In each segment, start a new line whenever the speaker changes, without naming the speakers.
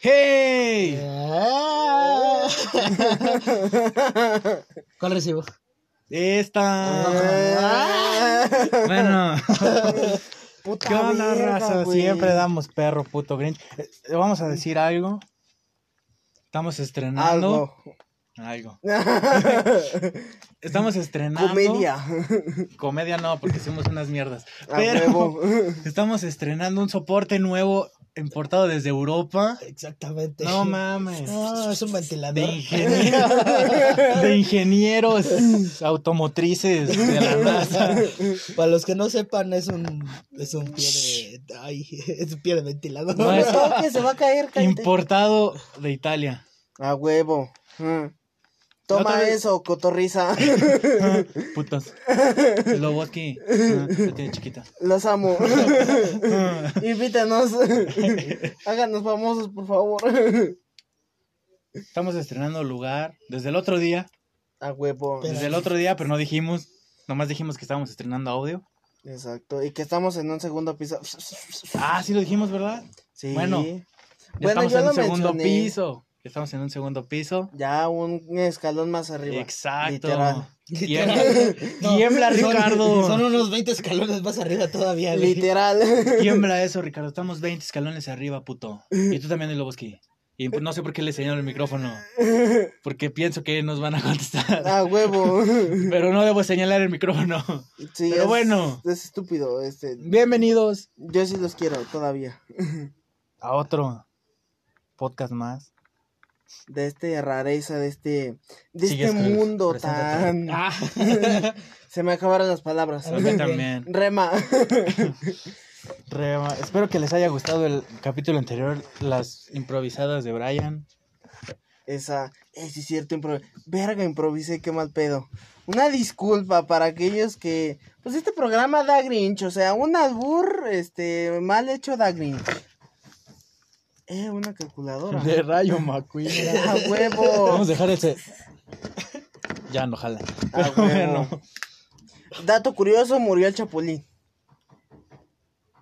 ¡Hey!
¿Cuál recibo?
Esta.
Eh.
Bueno.
Puta
¿Qué onda,
verga,
raza?
güey.
Siempre damos perro, puto Grinch. Eh, Vamos a decir algo. Estamos estrenando. Algo.
algo.
Estamos estrenando.
Comedia.
Comedia no, porque hicimos unas mierdas.
A
Pero
huevo.
estamos estrenando un soporte nuevo importado desde Europa.
Exactamente.
No mames.
Ah.
No, es un ventilador.
De, ingenie- de ingenieros automotrices de la NASA.
Para los que no sepan, es un, es un pie de. Ay, es un pie de ventilador.
No es-
toques, se va a caer, cállate.
Importado de Italia.
A huevo. Mm. Toma
Otra vez.
eso, cotorriza.
Putos. Loboski. Ah, la tiene chiquita. Ah,
Los amo. Invítanos. Háganos famosos, por favor.
Estamos estrenando lugar desde el otro día.
A huevo.
Pero-
Desde el otro día, pero no dijimos. Nomás dijimos que estábamos estrenando audio.
Exacto. Y que estamos en un segundo piso.
Ah, sí lo dijimos, ¿verdad?
Sí.
Bueno. Ya
Bueno,
estamos
yo
en
lo
un segundo
mencioné.
piso. Ya estamos en un segundo piso.
Ya un escalón más arriba.
Exacto.
Literal.
Tiembla,
No,
tiembla,
son-
Ricardo.
Son unos 20 escalones más arriba todavía. güey.
Literal.
Tiembla eso, Ricardo. Estamos 20 escalones arriba, puto. Y tú también, el Loboski. Y pues, no sé por qué le señalo el micrófono. Porque pienso que nos van a contestar.
A Ah, huevo.
Pero no debo señalar el micrófono.
Sí,
Pero
es-
bueno.
Es estúpido. Este,
Bienvenidos
yo sí los quiero todavía.
a otro podcast más.
De este rareza, de este. De
Sigues
este
con-
mundo
preséntate.
tan.
Ah,
Se me acabaron las palabras.
A
A mí también.
Rema.
Re- espero que les haya gustado el capítulo anterior, las improvisadas de Brian.
Esa. Eh, sí es cierto, impro- Verga, improvisé, qué mal pedo. Una disculpa para aquellos que. Pues este programa da Grinch, o sea, un albur, este, mal hecho da Grinch. Eh, una calculadora.
De Rayo McQueen.
A huevo.
Vamos a dejar ese. Ya no jala.
A
Bueno.
huevo. Dato curioso, murió el Chapulín.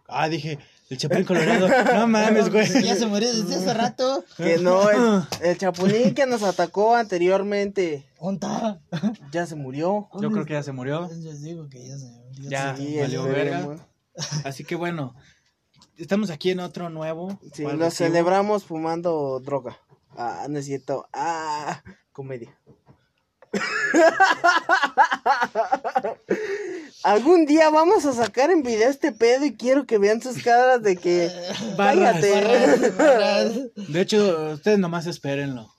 Ah, dije, el Chapulín Colorado. No mames, güey.
ya se murió desde hace rato.
Que no, el, el Chapulín que nos atacó anteriormente
¿Onta?
ya se murió.
Yo creo que ya se murió.
Les digo que ya se murió.
Ya.
Sí,
Ah, valió
esperemos.
verga. Así que bueno, estamos aquí en otro nuevo.
Sí,
o algo
lo
así.
celebramos fumando droga. Ah, no es cierto. Ah, comedia. Algún día vamos a sacar en video este pedo y quiero que vean sus caras de que.
Barras.
Cállate.
De hecho, ustedes nomás espérenlo.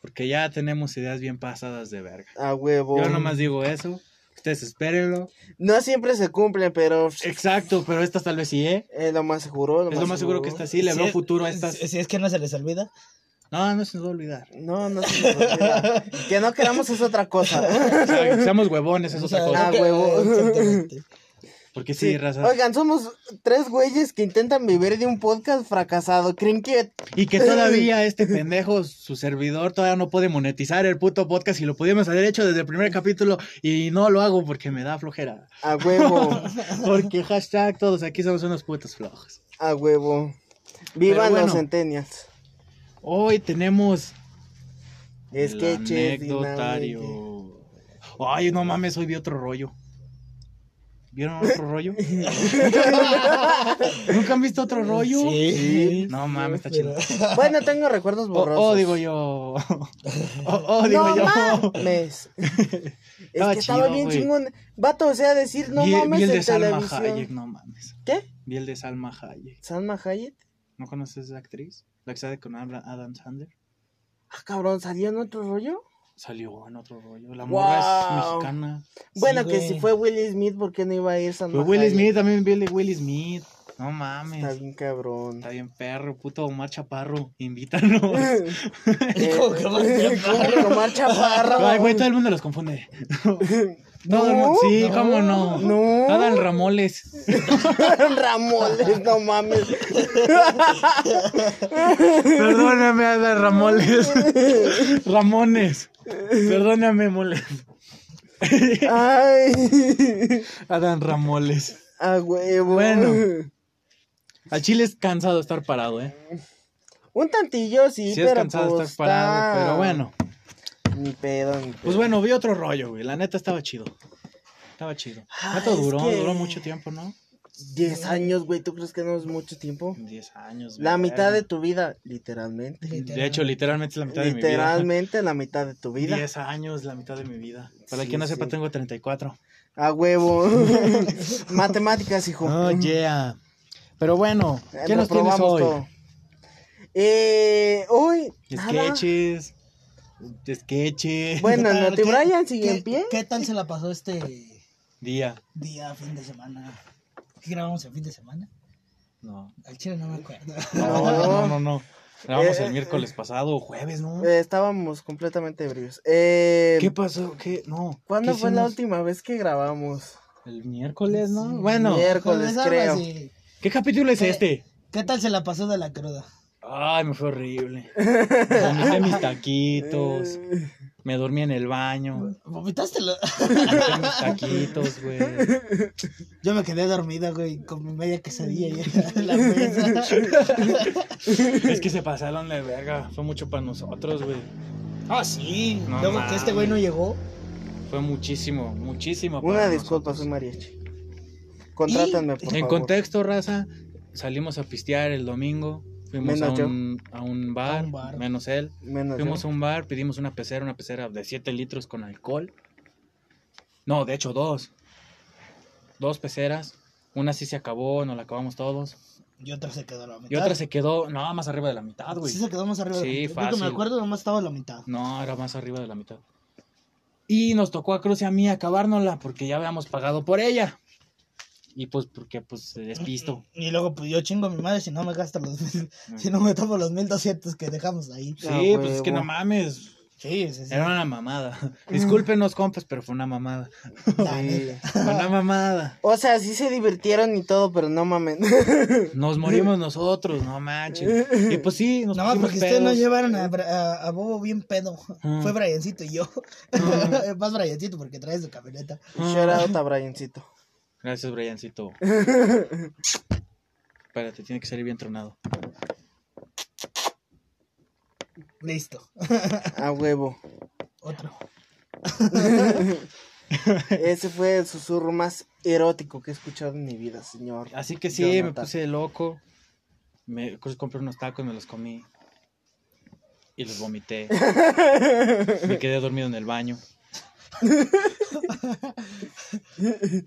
Porque ya tenemos ideas bien pasadas de verga.
A huevo.
Yo nomás digo eso. Ustedes espérenlo.
No siempre se cumplen, pero
Exacto, pero estas tal vez sí, ¿eh?
es lo más seguro.
Es lo más seguro que estas sí. Le
Si
veo
es-
futuro a estas.
Si si es que no se les olvida.
No, no se nos va a olvidar.
No, no se nos olvida. Que no queramos es otra cosa.
O sea, que seamos huevones, es
O
otra
sea,
cosa.
ah, huevo.
Exactamente.
Porque sí, raza.
Oigan, somos tres güeyes que intentan vivir de un podcast fracasado. ¿Creen que
Y que todavía este pendejo, su servidor, todavía no puede monetizar el puto podcast y lo pudimos haber hecho desde el primer capítulo y no lo hago porque me da flojera.
a huevo?
Porque hashtag todos aquí somos unos putos flojos.
A huevo. Vivan
bueno.
los centennials.
Hoy tenemos
Es
el
que
anecdotario. Ay, no mames, hoy vi otro rollo. ¿Vieron otro rollo? ¿Nunca han visto otro rollo?
Sí.
No mames, está chido.
Pero-
Bueno, tengo recuerdos
Oh,
borrosos.
oh, digo yo. Oh, oh, digo
no
yo.
mames. es que
Estaba
estaba
chido,
bien
güey.
chingón. Vato, o sea, decir no
vi, vi
mames
el de
en
Salma
televisión.
Hayek, no mames.
¿Qué?
Vi el de Salma Hayek.
¿Salma Hayek?
¿No conoces a esa actriz? La que sale con Abra- Adam Sandler.
Ah, cabrón, ¿salió en otro rollo?
Salió en otro rollo. La morra es
Wow.
mexicana.
bueno,
Sí,
que
güey.
si fue Will Smith, ¿por qué no iba a ir Salma
Pero Will
Hayek?
Smith, también vi el de Will Smith. No
Está
mames.
bien cabrón.
Está bien perro, puto Omar Chaparro. Invítanos.
eh,
Como que más chaparro.
Tomar chaparro.
Ay, güey, todo el mundo los confunde. No, no, sí,
no,
cómo no.
no.
Adam Ramoles.
Ramones, no mames.
Perdóname, Adam Ramoles. Ramones. Perdóname, Moles.
Ay,
Adam Ramoles.
a huevo.
Bueno. Al chile es cansado estar parado, ¿eh?
Un tantillo, sí,
Sí,
pero
es cansado
pues,
estar parado,
está-
pero bueno.
Ni pedo, ni pedo.
Pues bueno, vi otro rollo, güey. La neta estaba chido. Estaba chido.
Ah,
¿Cuánto
es
duró?
que-
Duró mucho tiempo, ¿no?
10 años, güey, ¿tú crees que no es mucho tiempo?
Diez años. güey.
La mitad de tu vida, literalmente.
De hecho, literalmente es la mitad de mi vida.
Literalmente la mitad de tu vida.
Diez años, la mitad de mi vida. Para
Sí,
quien no sepa,
sí.
tengo 34.
A huevo. Matemáticas, hijo. Mm.
Oh, yeah. Pero bueno,
Eh,
¿qué nos tienes
reprobamos
hoy?
todo. Eh, hoy. nada.
Sketches. Sketches.
Bueno,
¿Qué tal?
Noti
¿Qué-
Bryan sigue
qué-
en pie.
¿Qué tal se la pasó este
Día.
día, fin de semana? ¿Qué grabamos el fin de semana?
No.
Al chile no me acuerdo.
No,
No.
no, no, no. Grabamos
Eh,
el
eh,
miércoles pasado o jueves, ¿no?
Eh, estábamos completamente ebrios. Eh,
¿Qué pasó? ¿Qué? No.
¿Cuándo
¿qué
fue la
hicimos?
última vez que grabamos?
El miércoles, ¿no? Bueno,
Miércoles,
Pues, algo
creo.
así.
¿qué capítulo es
Eh.
este?
¿Qué tal se la pasó de la cruda?
Ay, me fue horrible. Vomité mis taquitos.
Eh,
Me dormí en el baño.
¿Vomitaste? lo-
Vomité mis taquitos, güey.
Yo me quedé dormida, güey, con mi media quesadilla y en la mesa.
Es que se pasaron de verga. Fue mucho para nosotros, güey.
Ah, sí.
No
Luego que este güey no
mames.
llegó.
Fue muchísimo, muchísimo. para
Una
nosotros.
disculpa, soy mariachi. Contrátenme, por
En
favor.
contexto, raza, salimos a pistear el domingo. Fuimos a
Menos
un, a un bar,
A un bar.
menos él.
Menos yo.
Fuimos a un bar, pedimos una pecera, una pecera de 7 litros con alcohol. No, de hecho, dos. Dos peceras. Una sí se acabó, nos la acabamos todos.
Y otra se quedó a la mitad.
Y otra se quedó nada más arriba de la mitad, güey.
Sí, se quedó más arriba. de la
Sí,
mitad. Yo que
fácil.
me acuerdo, nomás estaba a la mitad.
No, era más arriba de la mitad. Y nos tocó a Cruz y a mí acabárnosla porque ya habíamos pagado por ella. Y pues porque pues se despisto.
Y luego, pues yo chingo a mi madre si no me gasto los. mil- si no me tomo los 1200 que dejamos ahí.
Sí,
Ah,
pues es que
huevo.
no mames.
Sí, sí, sí.
Era una mamada. Discúlpenos, compas, pero fue una mamada.
La
Sí.
neta.
Fue una mamada.
O sea, sí se divirtieron y todo, pero no mamen.
Nos morimos nosotros, no manches. Y pues sí, nos
Nada más
pusimos
porque ustedes no
pedos.
llevaron a, Bra- a, a Bobo bien pedo.
Mm.
Fue Briancito y yo.
Mm.
Más Briancito porque traes su camioneta.
Ah.
Shout out a Briancito.
Gracias, Briancito. Espérate, tiene que salir bien tronado.
Listo.
A huevo.
Otro.
Ese fue el susurro más erótico que he escuchado en mi vida, señor.
Así que sí, me
Jonathan.
puse loco. Me pues, compré unos tacos, me los comí. Y los vomité. me quedé dormido en el baño.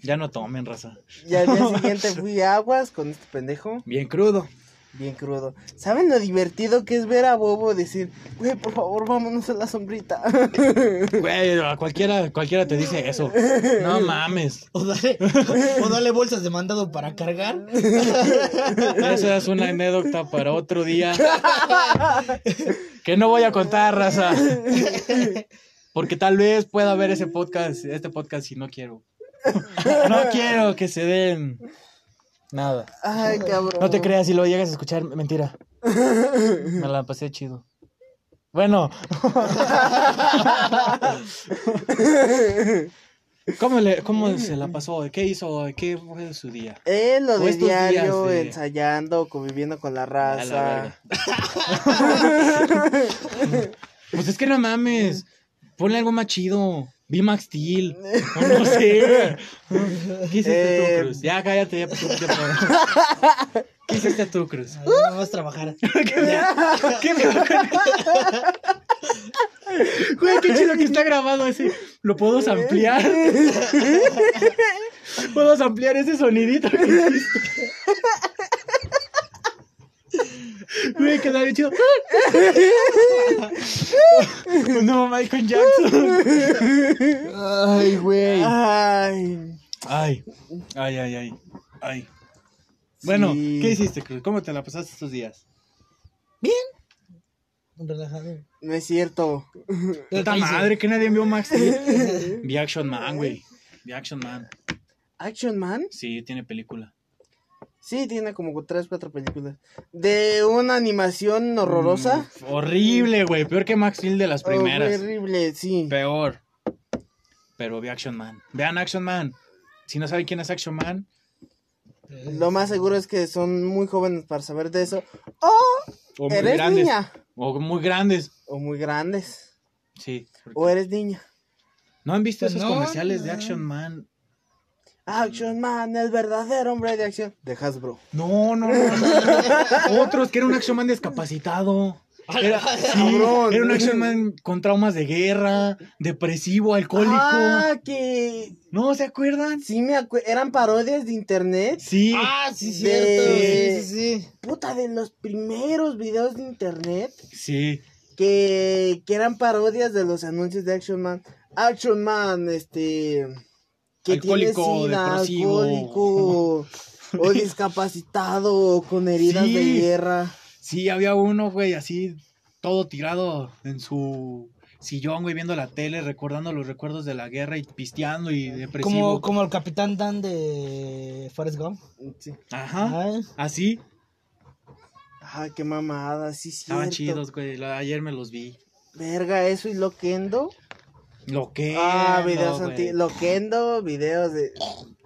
ya no tomen, raza.
Y al día siguiente fui a aguas con este pendejo,
Bien crudo.
bien crudo. ¿Saben lo divertido que es ver a Bobo decir, güey, por favor, vámonos a la sombrita?
Güey, a cualquiera, cualquiera te dice eso. No mames.
O dale, o dale bolsas de mandado para cargar.
Esa es una anécdota para otro día. Que no voy a contar, raza. Porque tal vez pueda ver ese podcast, este podcast si no quiero. No quiero que se den nada.
Ay, cabrón.
No te creas si lo llegas a escuchar, mentira. Me la pasé chido. Bueno. ¿Cómo, le, ¿Cómo se la pasó? hoy? ¿Qué hizo? hoy? ¿Qué fue su día?
Él lo
O
de
estos
diario,
días de-
ensayando, conviviendo con la
A la
raza.
verga. pues es que no mames. Ponle algo más chido. Be Max Steel. O No sé. güey. ¿Qué hiciste
Eh,
tú, Cruz? Ya cállate, ya pasó mucho tiempo. ¿Qué hiciste tú, Cruz?
Ay, Nada más trabajar.
¿Qué pedo con eso? Güey, qué chido que está grabado ese. ¿Lo puedo ampliar? ¿Puedo ampliar ese sonidito? que hiciste? Güey, que bien chido. No, Michael Jackson.
Ay, güey.
Ay.
Ay, ay, ay, ay. ay. Bueno,
Sí.
¿qué hiciste, Cruz? ¿Cómo te la pasaste estos días?
Relajado.
No es cierto.
Puta madre, que nadie vio Max Steel. Vi Action Man, güey. Vi Action Man.
Action Man.
Sí, tiene película.
Sí, tiene como tres, cuatro películas. De una animación horrorosa. Oh,
Mm, horrible, güey. Peor que Max Steel de las primeras.
Horrible, sí.
Peor. Pero vi Action Man. Vean Action Man. Si no saben quién es Action Man,
Lo más seguro es que son muy jóvenes para saber de eso. O
O muy
¿Eres
grandes.
niña?
O muy grandes.
O muy grandes.
Sí.
O eres niña.
¿No han visto
Pues
esos
no,
comerciales de
no.
Action Man?
Action Man, el verdadero hombre de acción. De Hasbro.
No, no, no. no. Otros que era un Action Man discapacitado. Era, sí,
Cabrón.
era un Action Man con traumas de guerra, depresivo, alcohólico.
Ah, que
¿No se acuerdan?
sí me acue- eran parodias de internet.
Sí.
Ah, sí,
De-
cierto. Sí, sí, sí.
Puta, de los primeros videos de internet
Sí.
que, que eran parodias de los anuncios de Action Man. Action Man, este. Que
Alcohólico,
tiene sida,
depresivo.
alcohólico. O discapacitado, o con heridas
Sí.
de guerra.
Sí, había uno, güey, así todo tirado en su sillón, güey, viendo la tele, recordando los recuerdos de la guerra y pisteando y depresivo.
Como, como el Capitán Dan de Forrest Gump.
Sí.
Ajá.
Ay.
Así.
Ay, Ah, qué mamada, sí,
Estaban
cierto.
chidos, güey. la- Ayer me los vi.
Verga, eso y Loquendo.
Lo que.
Ah,
no,
videos
güey.
anti... Loquendo, videos de...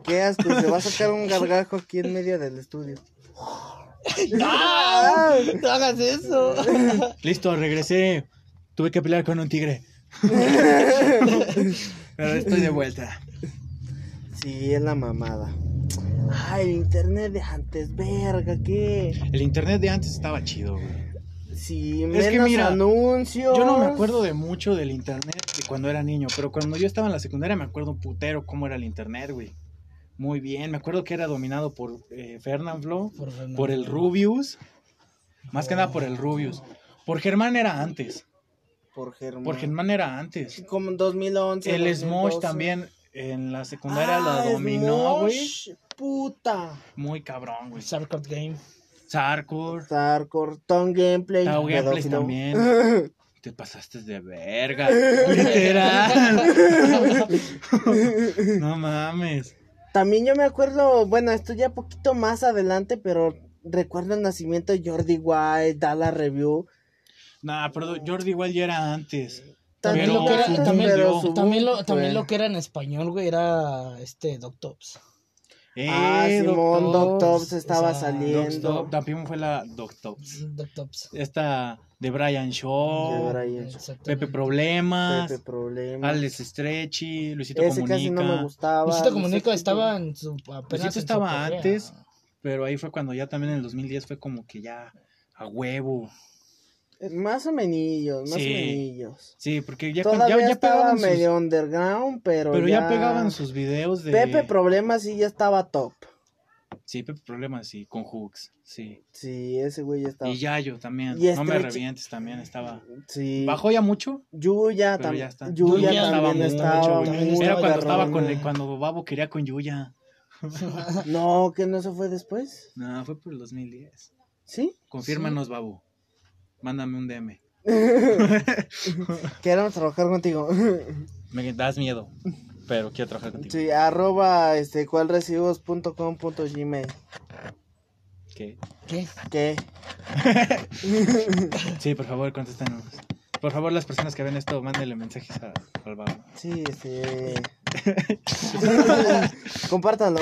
Qué asco, se va a sacar un gargajo aquí en medio del estudio.
¡Ah! ¡No hagas eso!
Listo, regresé. Tuve que pelear con un tigre. Pero estoy de vuelta.
Sí, es la mamada. Ay, el internet de antes, verga, qué...
El internet de antes estaba chido, güey.
Sí, menos
Es que mira,
anuncios.
Yo no me acuerdo de mucho del internet de cuando era niño, pero cuando yo estaba en la secundaria me acuerdo un putero cómo era el internet, güey. Muy bien, me acuerdo que era dominado por eh, Fernanfloo,
Por Fernanfloo.
por el Rubius, más que nada por el Rubius. Por Germán era antes,
Por Germán.
por Germán era antes.
Como en 2011.
El Smosh
2012.
también en la secundaria
Ah,
la dominó, güey.
Smosh, Puta.
Muy cabrón, güey.
Sarcot Game.
Sarkor,
Sarkor, Tom Gameplay.
Tao Gameplays
pedófilo.
también. Te pasaste de verga, literal. no mames.
También yo me acuerdo, bueno, esto ya poquito más adelante, pero recuerdo el nacimiento de Jordi White, da la review.
Nah, pero Jordi igual ya era antes.
También
Pero
lo que era-
su boom
también-
dio.
su boom
También lo,
fue-
también lo que era en español, güey, era este Doctops.
Eh,
Ah, Simón, Doc Tops estaba
esa-
Doc
saliendo.
Tops, También fue la Doc Tops.
Doctops.
Esta de Brian Shaw,
De Brian.
Pepe Problemas,
Pepe Problemas.
Alex Stretchy, Luisito
Ese
Comunica.
casi no me gustaba.
Luisito Comunica
Luisito-
estaba en su. apenas
Luisito
en su
Pues estaba
carrera.
antes. Pero ahí fue cuando ya también en el 2010 fue como que ya a huevo.
Eh, Más o menos, más
Sí.
o menos.
Sí, porque ya, cuando-
Todavía
ya, ya
estaba
pegaban sus,
medio underground, pero,
pero ya... pegaban sus eh. videos de
Pepe Problemas sí ya estaba top.
Sí, Pepe Problemas sí, con Hooks, sí.
Sí, ese güey ya estaba.
Y Yayo también,
Y
no me
Estrechi-
revientes también estaba.
Sí.
Bajó ya mucho,
Yuya,
pero
tam-
ya está.
Yuya
Yuya
también estaba.
mucho, güey.
muy
Era cuando estaba
agarrona.
con el- cuando Babo quería con Yuya.
No, que no se fue después.
No, fue por el 2010.
¿Sí?
Confírmanos, Babo. Mándame un DM.
Queremos trabajar contigo.
Me das miedo, pero quiero trabajar contigo.
Sí, arroba este cualrecibos.com.gmail.
¿Qué?
¿Qué?
¿Qué?
Sí, por favor, contéstanos. Por favor, las personas que ven esto, mándenle mensajes a, al Babo.
Sí, este. Compártanlo.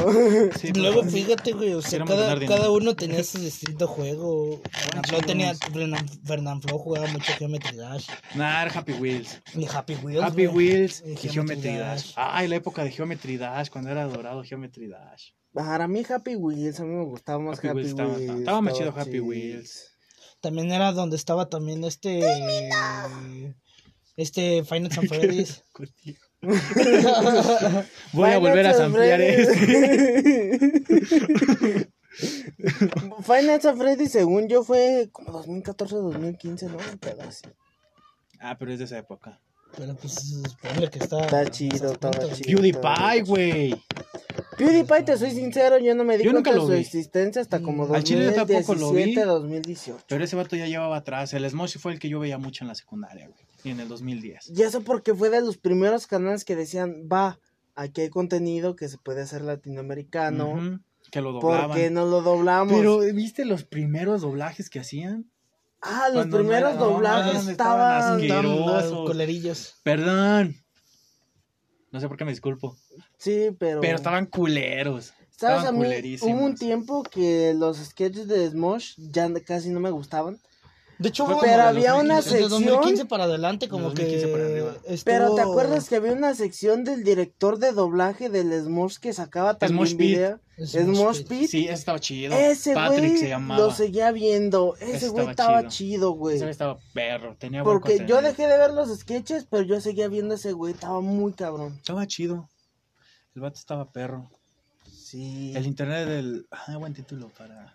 Sí, por
Luego
favor.
fíjate, güey, o sea,
Queremos ganar
cada,
dinero.
cada uno tenía su distinto juego. Fernanfloo tenía, Fernan- Fernanfloo jugaba mucho Geometry Dash.
Nah, era Happy Wheels.
Y Happy Wheels.
Happy
güey.
Wheels
Y
y
Geometry
Geometry Dash.
Dash.
Ay, la época de Geometry Dash, cuando era dorado Geometry Dash.
Para mí Happy Wheels, a mí me gustaba más
Happy
Happy,
Wheels
Wheels.
estaba- estaba más chido Happy Wheels.
También era donde estaba también este. Este Final and Freddy's.
Contigo. Voy a volver a ampliar este.
este. Finance of Freddy, según yo, fue como 2014, 2015, ¿no? Un pedo así.
Ah, pero es de esa época.
Pero pues ponle que está.
Está chido,
está
estaba
junto.
chido.
PewDiePie, güey.
PewDiePie, te soy sincero, yo no me di
Yo nunca lo
cuenta de su
vi.
existencia hasta como
Al chile yo tampoco lo vi.
2017, 2018.
Pero ese vato ya llevaba atrás. El Smosh fue el que yo veía mucho en la secundaria, güey. Y en el 2010.
Y eso porque fue de los primeros canales que decían, va, aquí hay contenido que se puede hacer latinoamericano,
Ujú, Que lo doblaban.
Ah, porque no lo doblamos.
Pero, ¿viste los primeros doblajes que hacían?
ah, los
cuando no
primeros
era- no,
doblajes
mames, estaban
estaban...
asquerosos.
Estaban, ah,
Asquerosos.
Colerillos.
Perdón. No sé por qué me disculpo.
Sí, pero...
Pero estaban culeros.
¿Sabes?
estaban
A mí hubo
culerísimos.
un tiempo que los sketches de Smosh ya n- casi no me gustaban.
De hecho,
Fue
hubo-
como
Pero
de
había
los
una
2015.
desde
sección.
2015 para adelante, como
2015
que.
para arriba.
estuvo-
Pero ¿te acuerdas que había una sección del director de doblaje del Smosh que sacaba también
Smosh Pit.
video?
Smosh
Smosh
Pit.
Pit.
Sí, ese estaba chido.
Ese
Patrick
güey
se llamaba.
lo seguía viendo. Ese
Ese
güey
estaba
estaba chido, güey.
Ese estaba perro, tenía buen
Porque yo
contenido.
dejé de ver los sketches, pero yo seguía viendo ese güey. Estaba muy cabrón.
Estaba chido. El vato estaba perro.
Sí.
El internet del. Ah, buen título para.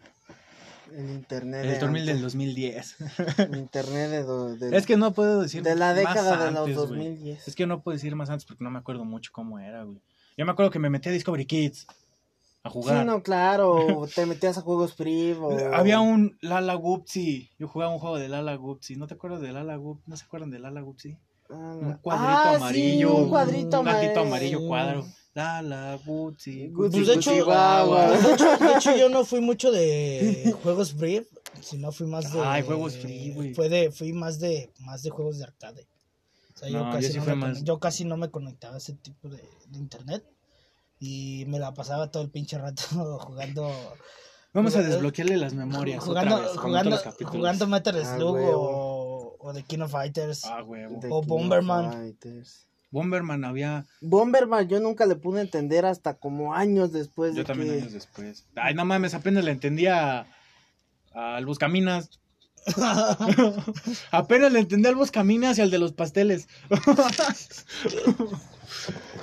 El internet.
El
de
tormil del
antes.
2010.
El internet de, do- del-
es que no puedo decir.
de la
más
década de los
antes, güey.
2010.
Es que no puedo decir más antes porque no me acuerdo mucho cómo era, güey. Yo me acuerdo que me metí a Discovery Kids a jugar.
Sí, no, claro. te metías a juegos privos.
Había un Lala Gupsi. Yo jugaba un juego de Lala Gupsi. ¿No te acuerdas de Lala Gupsi? ¿No se acuerdan de Lala Gupsi? Un cuadrito
Ah, sí,
amarillo.
un cuadrito
Un gatito
amarillo.
amarillo cuadro. Lala Gupsi.
Gupsi,
Pues de hecho,
Gucci, guagua.
pues de hecho- de hecho, yo no fui mucho de juegos free, sino fui más de.
Ay, juegos free, güey.
Fue de, fui más de, más de juegos de arcade. O sea, yo,
No, yo
casi
sí
no
fui
me con-
más-
yo casi no me conectaba a ese tipo de, de internet. Y me la pasaba todo el pinche rato jugando.
Vamos a
Jugando-
desbloquearle las memorias
jugando,
otra vez. con
jugando,
todos los capítulos.
jugando Metal
Ah,
Slug
huevo.
o, o The King of Fighters.
Ah, huevo.
The
O
King of
Bomberman.
Fighters.
Bomberman había...
Bomberman yo nunca le pude entender hasta como años
Pues
después
Yo
de
también
que...
años después. Ay, no mames, apenas le entendía al Buscaminas. apenas le entendía al Buscaminas y al de los pasteles.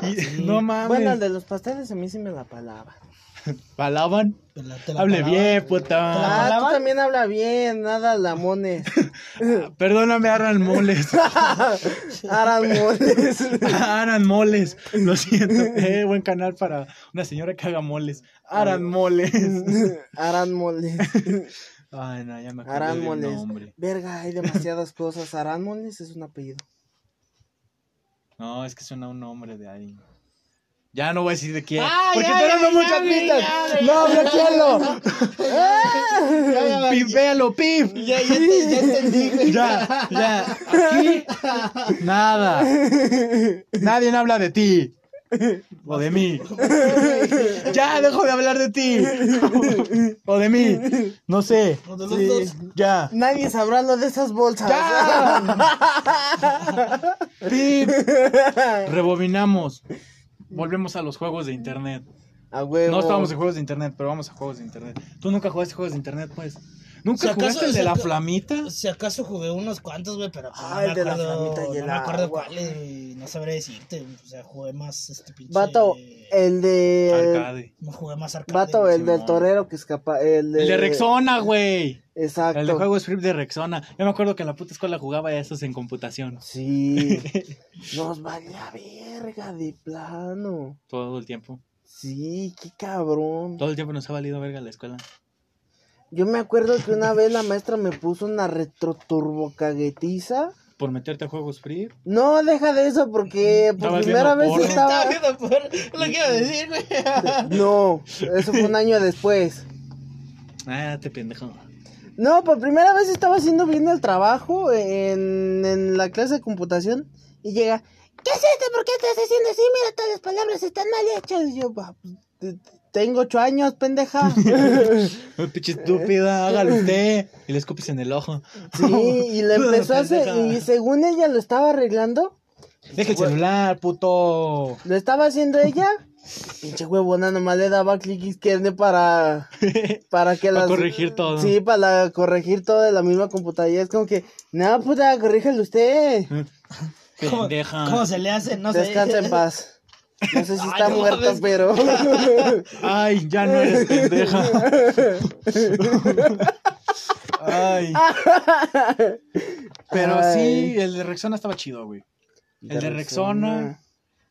Y- No mames.
Bueno, el de los pasteles a mí sí me la palaba.
Palaban.
Te la- te la
Hable
palaban.
bien,
¿La
puta.
Ah, tú
palaban?
también habla bien, nada lamones.
Perdóname, Aran Moles.
Aran moles.
Aran Moles. Lo siento. Eh, buen canal para una señora que haga moles. Aran Moles.
Aran moles.
Ay, no, ya me acordé
Aran
del
moles.
nombre.
Verga, hay demasiadas cosas. Aran moles es un apellido.
No, es que suena un nombre de alguien. Ya no voy a decir de quién.
Ay,
porque
ay,
te dando
ay,
muchas
ay,
pistas.
ay,
no,
ay.
bloquealo.
Ya, ya, ya,
Pimpealo, pif.
ya, ya te- ya entendí, güey.
Ya, ya. Aquí. Nada. Nadie habla de ti. O de mí. Ya, dejo de hablar de ti. O de mí. No sé.
O de los dos.
Ya.
Nadie sabrá lo de esas bolsas.
¡Ya! Pip. Rebobinamos. Volvemos a los juegos de internet.
A huevo.
No estábamos en juegos de internet, pero vamos a juegos de internet. Tú nunca jugaste juegos de internet, pues.
Si
¿Nunca
acaso-
jugaste el
si
de la
acaso-
flamita?
Si acaso jugué unos cuantos, güey, pero pues,
Ah, el
no me acuerdo,
de la flamita y el
no me acuerdo
agua.
cuáles, güey, no sabré decirte, güey, o sea, jugué más este pinche...
Vato, el de...
Arcade.
no jugué más arcade.
Vato,
güey.
el del
Simón.
torero que escapa... El de,
El de Rexona, güey.
Exacto.
El de juego Strip de Rexona. Yo me acuerdo que en la puta escuela jugaba a esos en computación.
Sí. Nos valía verga de plano.
Todo el tiempo.
Sí, qué cabrón.
Todo el tiempo nos ha valido verga la escuela.
Yo me acuerdo que una vez la maestra me puso una retroturbocaguetiza.
Por meterte a juegos free.
No, deja de eso porque por
Estabas
primera vez
viendo porno.
estaba...
Estaba viendo por... Lo que iba a decir, güey.
No, eso fue un año después.
Ah, te pendejo.
No, por primera vez estaba haciendo bien el trabajo en, en la clase de computación y llega, ¿qué es esto? ¿Por qué estás haciendo así? Mira, todas las palabras están mal hechas. Y yo, "Pa, te- tengo ocho años, pendeja.
Ay, Pinche estúpida, hágalo usted. Y le escupes en el ojo.
Eh. Sí, y le empezó a hacer, y según ella lo estaba arreglando,
Deja el celular, puto.
lo estaba haciendo ella. Pinche huevona, nomás le daba clic izquierdo para, para que
Para
las...
corregir todo.
Sí, para corregir todo de la misma computadora. Es como que, no, puta, corríjalo usted.
¿Cómo,
Pendeja.
cómo se le hace? No sé.
Descansa en paz. No sé si
Ay,
está
no
muerto,
mames.
pero.
Ay, ya no eres pendeja. Ay. Pero sí, el de Rexona estaba chido, güey. El de Rexona.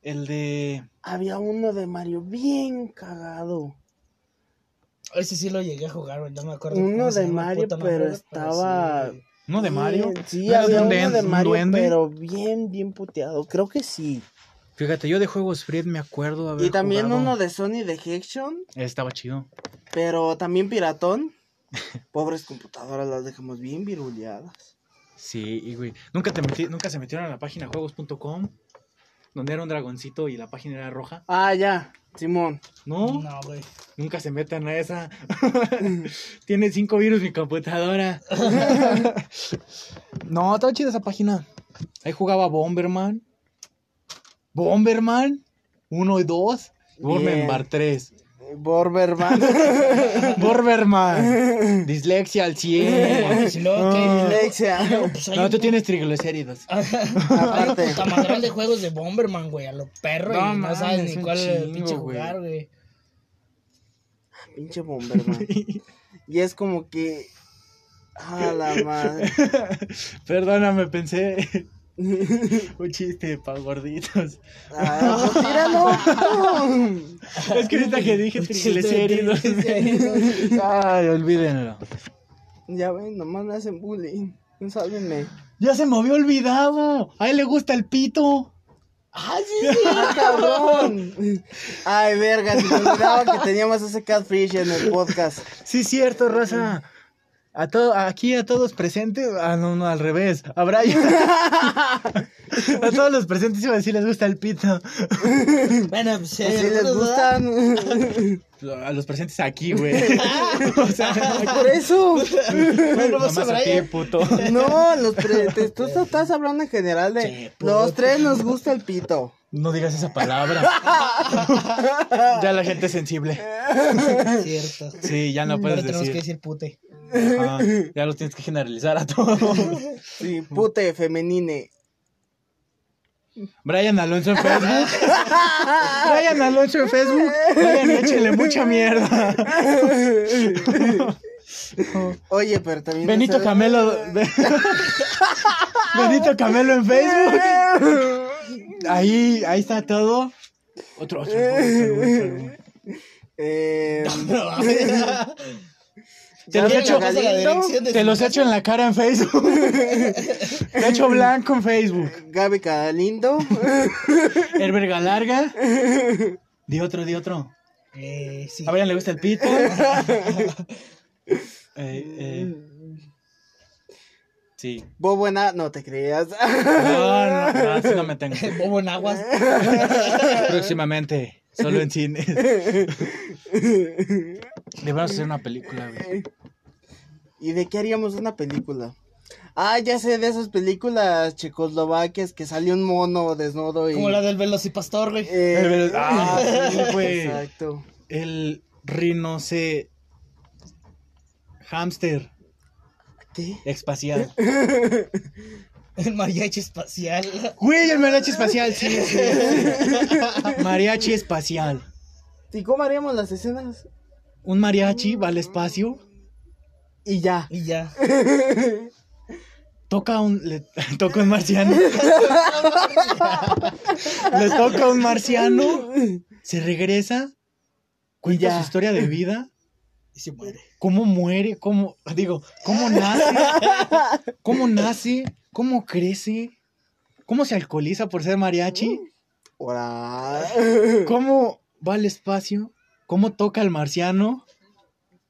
El de.
Había uno de Mario bien cagado.
Ese sí lo llegué a jugar, güey, no me acuerdo.
Uno
cómo se
de
llama el
Mario,
puto
pero
güey, pero
estaba-
sí, güey.
¿No de Mario?
Bien, Sí,
¿No era
había
un
uno
duen-
de
un
Mario,
duende?
pero bien, bien puteado. Creo que sí.
Fíjate, yo de juegos Fred me acuerdo haber
Y también
jugado-
uno de Sony de Hexion,
Estaba chido.
pero también piratón. Pobres computadoras, las dejamos bien viruleadas.
Sí, y güey. Nunca te metí, nunca se metieron a la página juegos.com. donde era un dragoncito y la página era roja.
Ah, ya, Simón.
No,
No, güey.
nunca se metan a esa. Tiene cinco virus mi computadora. no, estaba chida esa página. Ahí jugaba Bomberman. Bomberman 1 y 2. Bomberman 3.
Borberman.
Bomberman. Dislexia al 100.
Porque si no, ¿qué?
Mm.
Ah.
Dislexia.
Y luego, pues, hay
No,
un
tú tienes triglicéridos.
Hay un
Aparte.
putamadral de juegos de Bomberman, güey, a lo perro,
No
y no
mames,
sabes ni
un
cuál
chingo,
pinche
güey.
jugar, güey.
Pinche Bomberman. Y es como que. A la madre.
Perdóname, pensé. Un chiste para gorditos.
Ah, pues, tíralo.
Es que ahorita que dije triglicéridos. Ay, olvídenlo.
Ya ven, nomás me hacen bullying. Sálvenme.
Ya se me había olvidado. A él le gusta el pito.
¡Ah, sí, sí! cabrón! Ay, verga, se me olvidaba que teníamos ese catfish en el podcast.
Sí, cierto, Rosa. A todo, aquí a todos presentes. Ah, no, no, al revés. A Brian. a todos los presentes iba a decir les gusta el pito.
Bueno, pues si
Si les gustan.
A los presentes aquí, güey. o sea,
Por eso.
Bueno,
nomás
vas a
a ti,
Brian.
puto.
No, los pre- te- tú estás hablando en general de. Los tres nos gusta el pito.
No digas esa palabra. ya la gente es sensible.
Cierto.
Sí, ya no
Pero
puedes
tenemos que
decir.
decir pute.
Ajá, ya los tienes que generalizar a todos.
Sí, pute, femenine.
Brian Alonso en Facebook. Brian Alonso en Facebook. Brian, échele mucha mierda.
Oye, pero también.
Benito
no
Camelo. Benito Camelo en Facebook. Ahí, ahí está todo. Otro, otro, otro, otro.
Eh,
Te los
¿Ya
echo,
vieron la dirección
te los echo en la cara en Facebook. Te echo blanco en Facebook.
Gaby Cadalindo.
Herberga larga. Di otro, di otro.
Eh, sí.
A Brian le gusta el pito. Eh, eh, sí.
Vos buena, no te creas.
No, no, no, así no me tengo.
Bobo en aguas.
Próximamente, solo en cines. Deberíamos hacer una película, güey.
¿Y de qué haríamos una película? Ah, ya sé, de esas películas checoslovaquias que sale un mono desnudo y...
Como la del Velocipastor, güey.
Eh,
El velo- ah, sí, güey.
Exacto.
El rinoce. Hamster
¿Qué?
espacial.
El mariachi espacial.
Güey, el mariachi espacial, sí, sí. Mariachi espacial.
¿Y cómo haríamos las escenas?
Un mariachi va al espacio,
Y ya.
Y ya.
toca un. Le, toca un marciano. Le toca un marciano, se regresa, cuenta
Ya.
su historia de vida.
Y se muere.
cómo muere, cómo, digo, cómo nace, cómo nace, cómo crece, cómo se alcoholiza por ser mariachi,
Hola.
cómo va al espacio, cómo toca al marciano,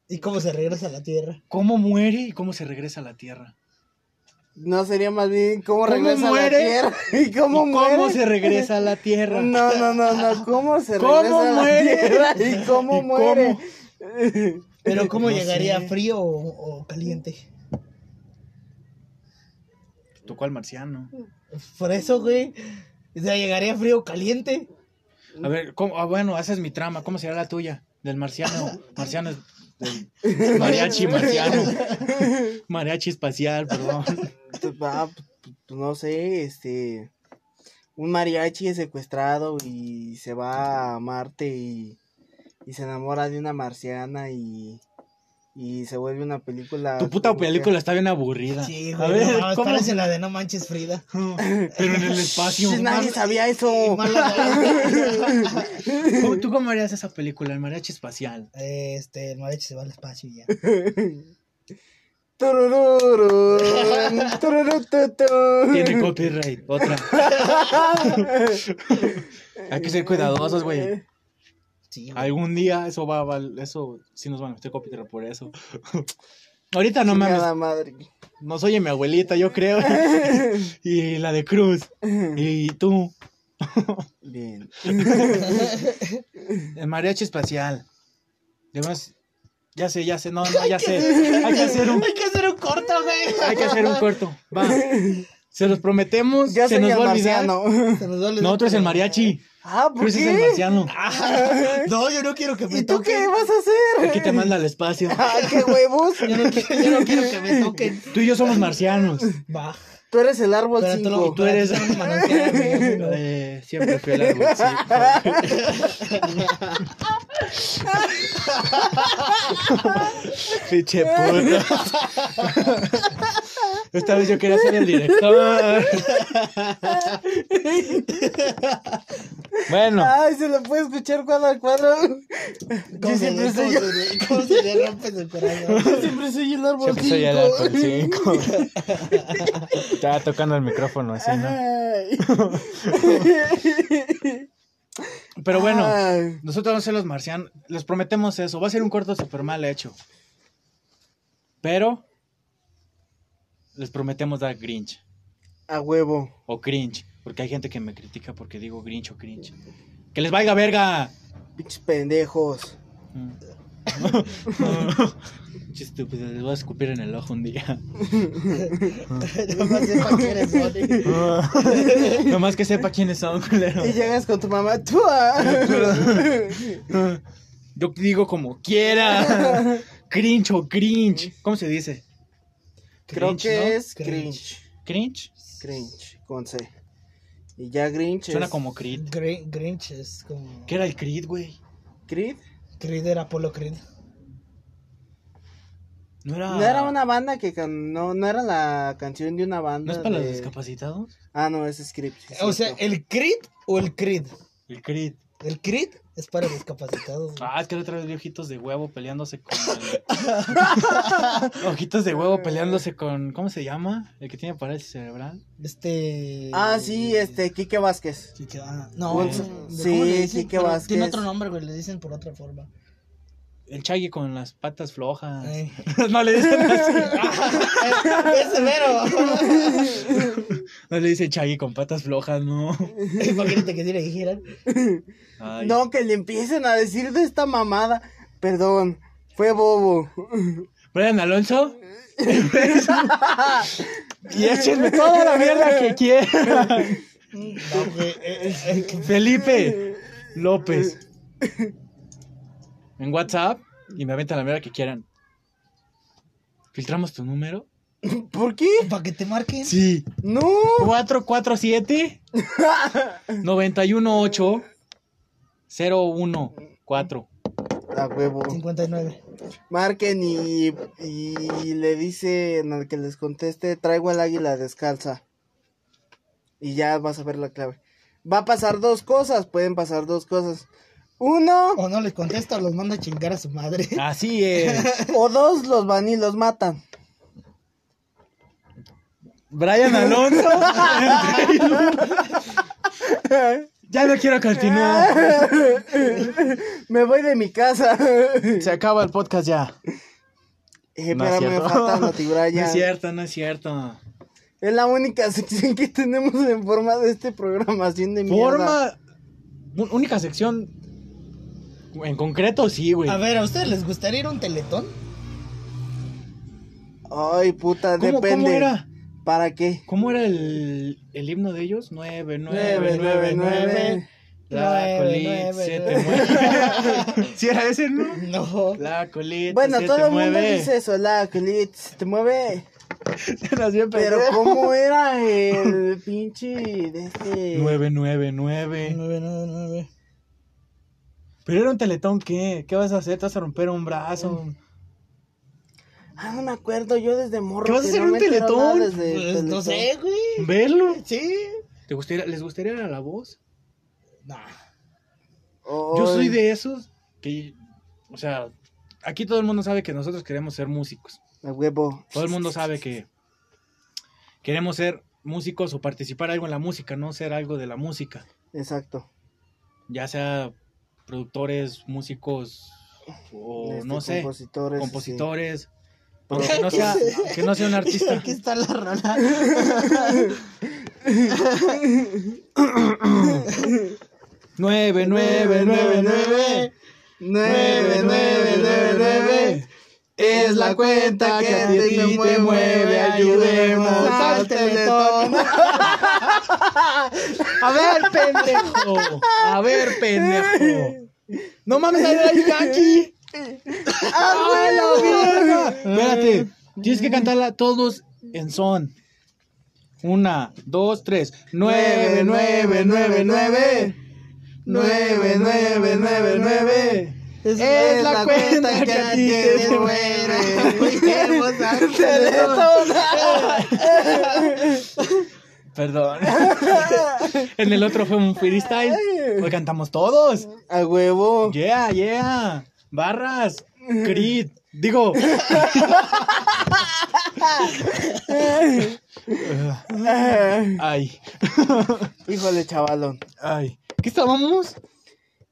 Y cómo se regresa a la Tierra.
cómo muere y cómo se regresa a la Tierra.
No sería más bien cómo
¿Cómo
regresa
muere?
a la tierra. ¿Y cómo
¿Y
muere?
¿Cómo se regresa a la Tierra?
No, no, no, no. ¿Cómo se
¿Cómo
regresa a la
muere?
tierra? ¿Y cómo
¿Y cómo?
muere?
Pero ¿cómo
No
llegaría
sé.
frío o, o caliente?
Tocó al marciano.
Por eso, güey. O sea, llegaría frío o caliente.
A ver, ¿cómo? Ah, bueno, esa es mi trama, ¿cómo será la tuya? Del marciano, marciano es del mariachi marciano, mariachi espacial, perdón.
Pues, va, pues, pues, no sé, este. Un mariachi es secuestrado y se va a Marte y, y se enamora de una marciana y, y se vuelve una película.
Tu puta
como que-
película está bien aburrida.
Sí,
Ah, a
güey.
ver,
no,
¿cómo?
parece la de No Manches Frida.
Pero en el espacio.
Sí, nadie sabía eso.
¿Cómo- ¿Tú cómo harías esa película, el mariachi espacial?
Este, el mariachi se va al espacio y ya.
Turururú, tururututú.
Tiene copyright, otra. Hay que ser cuidadosos, güey.
Sí, güey.
Algún día eso va, va- eso sí nos van a meter copyright por eso. Ahorita Ah, no mames,
Chingada madre.
nos oye mi abuelita, yo creo. Y la de Cruz. Y tú,
Bien.
El mariachi espacial. Además, ya sé, ya sé, no, no, ya sé. Hay que hacer un,
Hay que hacer un corto, güey.
hay que hacer un corto. Va. Se los prometemos,
Yo
se
soy
nos
el
va a olvidar.
marciano.
Se nos duele.
No, otro es el mariachi.
Ah, ¿por
Chris es el
qué?
marciano.
Ah, no, yo no quiero que me
¿Y tú qué
toquen.
vas a hacer?
Aquí te manda al espacio.
Ah, qué huevos.
Yo no, quiero, yo no quiero que me toquen.
Tú y yo somos marcianos.
Va.
Tú eres el árbol
Pero tú lo-
5.
Tú eres.
Tú eres un manantial, güey, amigo.
Eh, siempre fui el árbol, sí. Pinche puto. Esta vez yo quería ser el director. Bueno,
Ay, se lo puede escuchar cuadro a cuadro. Yo
¿Cómo se
pues,
siempre
le-
soy,
cómo se le- ¿Cómo se le rompe su corazón?
yo siempre soy el árbol 5.
siempre soy el árbol 5. Estaba tocando el micrófono así, ¿no? Pero bueno. Nosotros vamos a ser los marcianos. Les prometemos eso. Va a ser un corto super mal hecho. Pero. Les prometemos dar Grinch.
A huevo.
O cringe. Porque hay gente que me critica porque digo Grinch o cringe. ¡Que les valga verga!
Pinches pendejos.
Mm. Che, estúpido, les voy a escupir en el ojo un día.
No más sepa que eres Bonnie.
Nomás que sepa quiénes son, culero.
Y llegas con tu mamá. ¡Tú! ah.
Yo digo como quiera. Cringe o cringe. ¿Cómo se dice?
Creo
Cringe,
que
¿no?
es
Cringe.
¿Cringe?
cringe. Cringe, con C. Y ya Grinch.
Suena
es-
como Creed.
Grin- Grinch es como.
¿Qué era el Creed, güey?
Creed.
Creed era Apolo Creed.
No era.
No era una banda que. can- No, no era la canción de una
¿No
banda.
es para los
de-
discapacitados? eh,
Ah, no, es script. sí,
O sea,
cierto.
¿el Creed o el Creed?
El Creed.
El Creed es para discapacitados. güey.
Ah, es que la otra vez vi ojitos de huevo peleándose con. el- ojitos de huevo peleándose con. ¿Cómo se llama? El que tiene parálisis cerebral.
Este.
Ah, sí, este, Quique Vázquez.
Quique- ah, no,
Bueno,
¿cómo
Pues, sí,
le dicen?
Quique
Pero
Vázquez.
Tiene otro nombre, güey, le dicen por otra forma.
El Chagui con las patas
Ah,
flojas.
Eh,
no le dicen así.
es severo.
No le dice Chagui con patas flojas, no.
Imagínate que si le dijeran.
Ay,
No, que le empiecen a decir de esta mamada. Perdón, fue bobo.
Brian Alonso. y échenme toda la mierda que quieran.
No, güey, eh, eh, eh, que-
Felipe López. En WhatsApp y me aventan la mierda que quieran. ¿Filtramos tu número?
¿Por qué?
Para que te marquen.
Sí.
No.
447 918 014.
A huevo.
59.
Marquen y, y le dicen al que les conteste, traigo al águila descalza. Y ya vas a ver la clave. Va a pasar dos cosas, pueden pasar dos cosas. Uno
O no les contesta, los manda a chingar a su madre.
Así es.
o dos los van y los matan.
Brian Alonso. ya no quiero continuar.
Me voy de mi casa.
Se acaba el podcast ya.
Eh,
No es
pero me
cierto.
falta Notibraya.
No es cierto, no es cierto.
Es la única sección que tenemos en forma de este programación de mierda.
Forma. un- Única sección. En concreto, sí, güey.
A ver, ¿a ustedes les gustaría ir a un teletón?
Ay, puta,
¿Cómo,
depende.
¿Cómo era?
¿Para qué?
¿Cómo era el, el himno de ellos? 9, 9,
Nueve,
9,
nueve,
9.
nueve.
La
Nueve,
colita
nueve,
se te
nueve.
mueve. ¿Sí era ese, no?
No.
La colita
Bueno,
se
todo
te
el mundo
mueve.
dice eso, la colita se te mueve.
Era siempre.
Pero ¿cómo era el pinche de este?
9, 9, 9.
999.
Pero era un teletón, ¿qué? ¿Qué vas a hacer? ¿Te vas a romper un brazo?
Ah, no me acuerdo, yo desde morro.
¿Qué vas a
que
hacer
no
en un
me entero
teletón?
nada desde
Pues,
teletón.
no sé, güey.
¿Verlo?
Sí.
¿Te gustaría, ¿Les gustaría ir a la voz?
Nah.
Yo soy
Ay,
de esos que, o sea, aquí todo el mundo sabe que nosotros queremos ser músicos.
A huevo.
Todo el mundo sabe que queremos ser músicos o participar algo en la música, no ser algo de la música.
Exacto.
Ya sea productores, músicos o
Este,
no sé,
Compositores.
compositores.
sí.
pero que, no sea, que no sea un artista.
Aquí está la rola.
Nueve, nueve, nueve, nueve.
9999 es la cuenta que a ti te mueve, ayudemos al teletón.
A ver, pendejo.
Oh, a ver, pendejo. No mames, ahí hay aquí.
¡Ah, bueno!
Espérate, tienes que cantarla todos en son. Una, dos, tres. Nueve, nueve, nueve, nueve.
9999 es la cuenta que a ti te mueve, al teletón.
Perdón. en el otro fue un freestyle. Hoy cantamos todos.
A huevo.
Yeah, yeah. Barras. Creed. Digo. Ay.
Eh. Híjole, chavalón.
Ay. ¿Qué estábamos?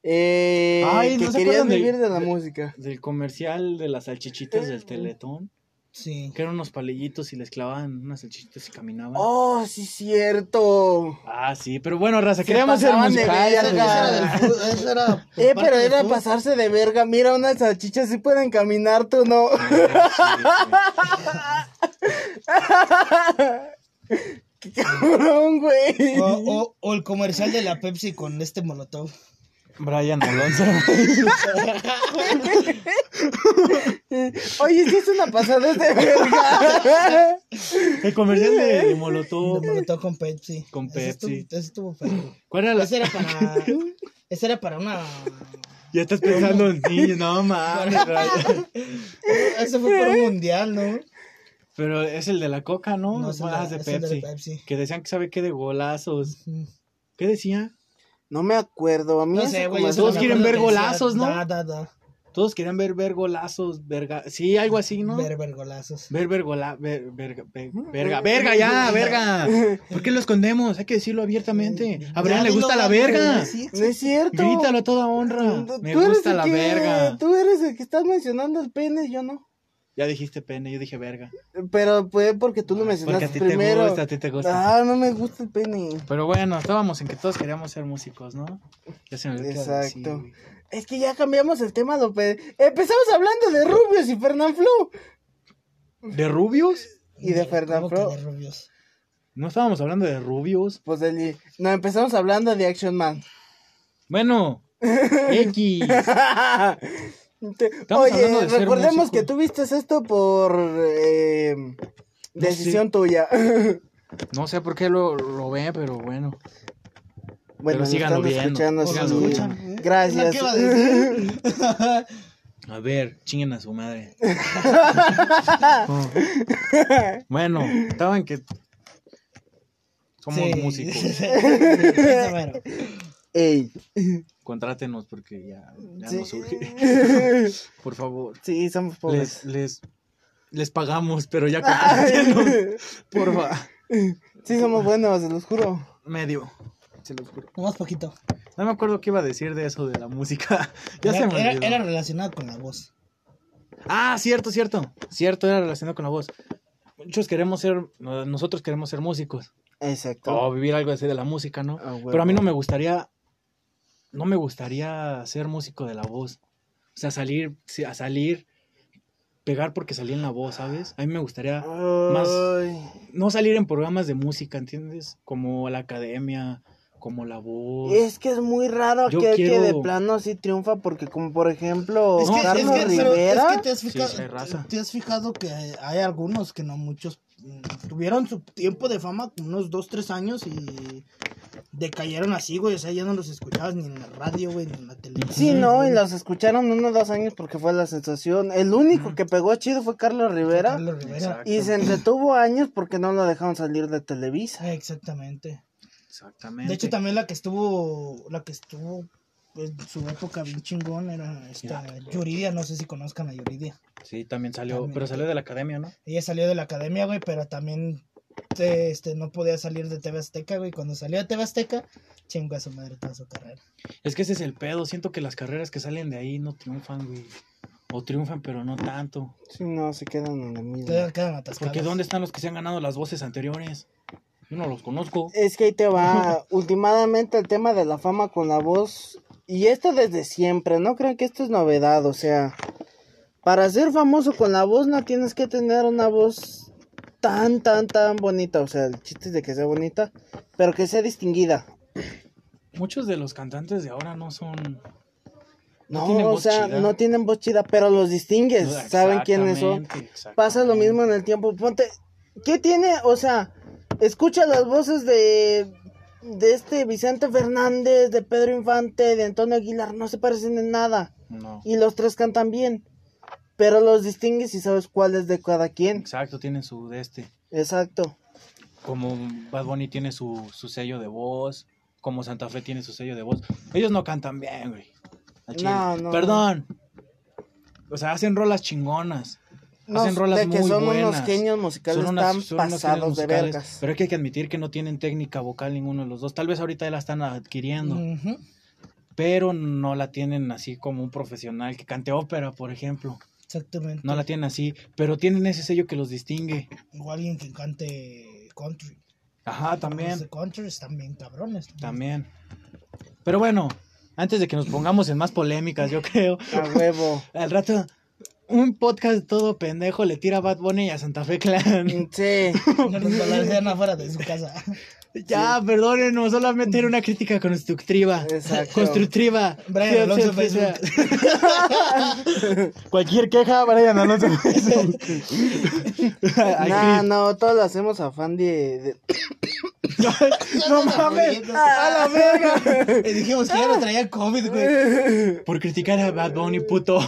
Eh,
Ay,
que
¿no se
querías
acuerdan de-
vivir de la música.
Del comercial de las salchichitas del Teletón.
Sí.
Que eran unos palillitos y les clavaban unas salchichitas y caminaban.
Oh, sí, cierto.
Ah, sí, pero bueno, raza,
Se
queríamos el
pasaban de
musical.
Eso era
güey.
del fútbol, eso era. por
Eh,
parte
pero
del
era
fútbol.
pasarse de verga. Mira, unas salchichas sí pueden caminar, tú no. Qué cabrón, güey.
O, o- o el comercial de la Pepsi con este molotov.
Brian Alonso.
Oye, sí es una pasada de verga.
El comercial de, de
El
Molotov.
molotov con Pepsi.
Con
Ese estuvo-
Pepsi.
ese estuvo feo.
¿Cuál era la-
Ese era para. Ese era para una.
Ya estás pensando en niños, no mames. Brian.
Ese fue para un mundial, ¿no?
Pero es el de la coca, ¿no? No,
No, es el de-
de,
es el de la
Pepsi.
Pepsi.
Que decían que sabe qué de golazos. ¿Qué decía?
No me acuerdo. A mí
No
ese
sé, güey.
como-
yo solo
Todos
me
quieren
acuerdo
ver
que decía,
golazos, ¿no?
Da, da, da.
Todos querían ver ver golazos, verga. Sí, algo así, ¿no?
Ver, ver golazos.
Ver vergola, ver, verga, ver- verga, verga ya, verga. ¿Por qué lo escondemos? Hay que decirlo abiertamente. A Brian
Ya,
le
dilo,
gusta la
dilo,
verga.
sí,
No es cierto.
Grítalo a toda honra. Me gusta
el
la
que-
verga.
Tú eres el que estás mencionando el pene, yo no.
Ya dijiste pene, yo dije verga.
Pero fue porque tú lo
Porque
mencionaste
a ti
primero.
te gusta, a ti te gusta.
Ah, no me gusta el pene.
Pero bueno, estábamos en que todos queríamos ser músicos, ¿no? Ya se me olvidó qué iba a decir,
Exacto.
güey.
Es que ya cambiamos el tema, López. Empezamos hablando de Rubios y Fernanfloo.
¿De rubios?
Y de
¿Cómo que
Fernanfloo.
de rubios?
No estábamos hablando de rubios.
Pues el- No, empezamos hablando de Action Man.
Bueno, X.
Te-
hablando
Oye,
de ser
recordemos
músico.
que tú viste esto por eh, decisión tuya.
No sé por qué lo, lo ve, pero bueno.
bueno, nos
síganlo
están
viendo,
escuchando,
síganlo
sí.
viendo.
Gracias.
¿Qué iba a decir?
A ver, chinguen a su madre. Oh. Bueno, estaban que. Somos
Sí.
músicos.
Eso mero.
Ey.
Contrátenos porque ya, ya
Sí.
nos surge. Por favor.
Sí, somos pobres.
Les, les, les pagamos, pero ya contrátenos. Porfa.
Sí, somos buenos, se los juro.
Medio. Se los juro.
Nomás poquito.
No me acuerdo qué iba a decir de eso de la música. ya
era,
se me
era-
olvidó.
era relacionado con la voz.
Ah, cierto, cierto. Cierto, era relacionado con la voz. Muchos queremos ser, no, nosotros queremos ser músicos.
Exacto.
O vivir algo así de la música, ¿no?
Ah, huevo.
Pero a mí no me gustaría, no me gustaría ser músico de la voz. O sea, salir, sí, a salir, pegar porque salí en la voz, ¿sabes? A mí me gustaría más-
Ay.
no salir en programas de música, ¿entiendes? Como la academia, como la voz.
Eh.
Es que es muy raro
Yo
aquel
quiero-
que de plano sí triunfa, porque como por ejemplo
Es que, es
Oh, Carlos
que- pero
Rivera.
es que te has fijado,
sí hay raza.
te has fijado que hay algunos que no muchos mm, tuvieron su tiempo de fama como unos 2, 3 años y decayeron así, güey, o sea, ya no los escuchabas ni en la radio, güey, ni en la televisión.
Sí, no, y los escucharon uno o dos años porque fue la sensación. El único que pegó chido fue Carlos Rivera.
Carlos Rivera.
Exacto.
Y se entretuvo años porque no lo dejaron salir de Televisa.
Ah, Exactamente.
Exactamente.
De hecho también la que estuvo la que estuvo pues, en su época bien chingón era esta Yuridia, no sé si conozcan a Yuridia.
Sí, también salió,
También.
pero salió de la academia, ¿no?
Ella salió de la academia, güey, pero también eh, este, no podía salir de TV Azteca, güey. Cuando salió de TV Azteca, chingó a su madre toda su carrera.
Es que ese es el pedo. Siento que las carreras que salen de ahí no triunfan, güey. O triunfan, pero no tanto.
Sí, no, se quedan en la misma.
Quedan, quedan atascados.
Porque ¿dónde están los que se han ganado las voces anteriores? Yo no los conozco.
Es que ahí te va, últimamente el tema de la fama con la voz, y esto desde siempre, no crean que esto es novedad, o sea, para ser famoso con la voz no tienes que tener una voz tan, tan, tan bonita, o sea, el chiste es de que sea bonita, pero que sea distinguida.
Muchos de los cantantes de ahora no son.
No,
tienen
o
voz
sea,
chida.
no tienen voz chida, pero los distingues, saben quiénes son.
Exactamente,
Pasa lo mismo en el tiempo. Ponte. ¿Qué tiene? O sea, escucha las voces de. De este Vicente Fernández, de Pedro Infante, de Antonio Aguilar, no se parecen en nada.
No.
Y los tres cantan bien. Pero los distingues y sabes cuál es de cada quien.
Exacto, tienen su de este.
Exacto.
Como Bad Bunny tiene su, su sello de voz. Como Santa Fe tiene su sello de voz. Ellos no cantan bien, güey. Al chile.
No, no.
Perdón. O sea, hacen rolas chingonas.
No,
hacen rolas
de que
muy
son unos
buenas.
genios musicales
unas- son
tan
unos genios
pasados de
musicales,
vergas.
Pero hay que admitir que no tienen técnica vocal ninguno de los dos. Tal vez ahorita ya la están adquiriendo,
Mm.
Ujú.
pero no la tienen así como un profesional que cante ópera, por ejemplo.
Exactamente.
No la tienen así, pero tienen ese sello que los distingue.
O alguien que cante country.
Ajá,
Los
también,
de country están bien cabrones.
también. Pero bueno, antes de que nos pongamos en más polémicas, yo creo,
A huevo.
al rato un podcast todo pendejo le tira a Bad Bunny y a Santa Fe Clan.
Sí.
No les balancean afuera de su casa.
ya, perdónenos, solamente era una crítica constructiva.
Exacto.
Constructiva.
Brian
Sí,
Alonso
sí, sí,
Facebook.
sí. Cualquier queja, Brian Alonso Facebook. Ay,
No,
Cris.
no, todos lo hacemos afán de- de,
no mames.
¡A la verga!
Y dijimos que ya no traía COVID, güey.
Por criticar a Bad Bunny, puto.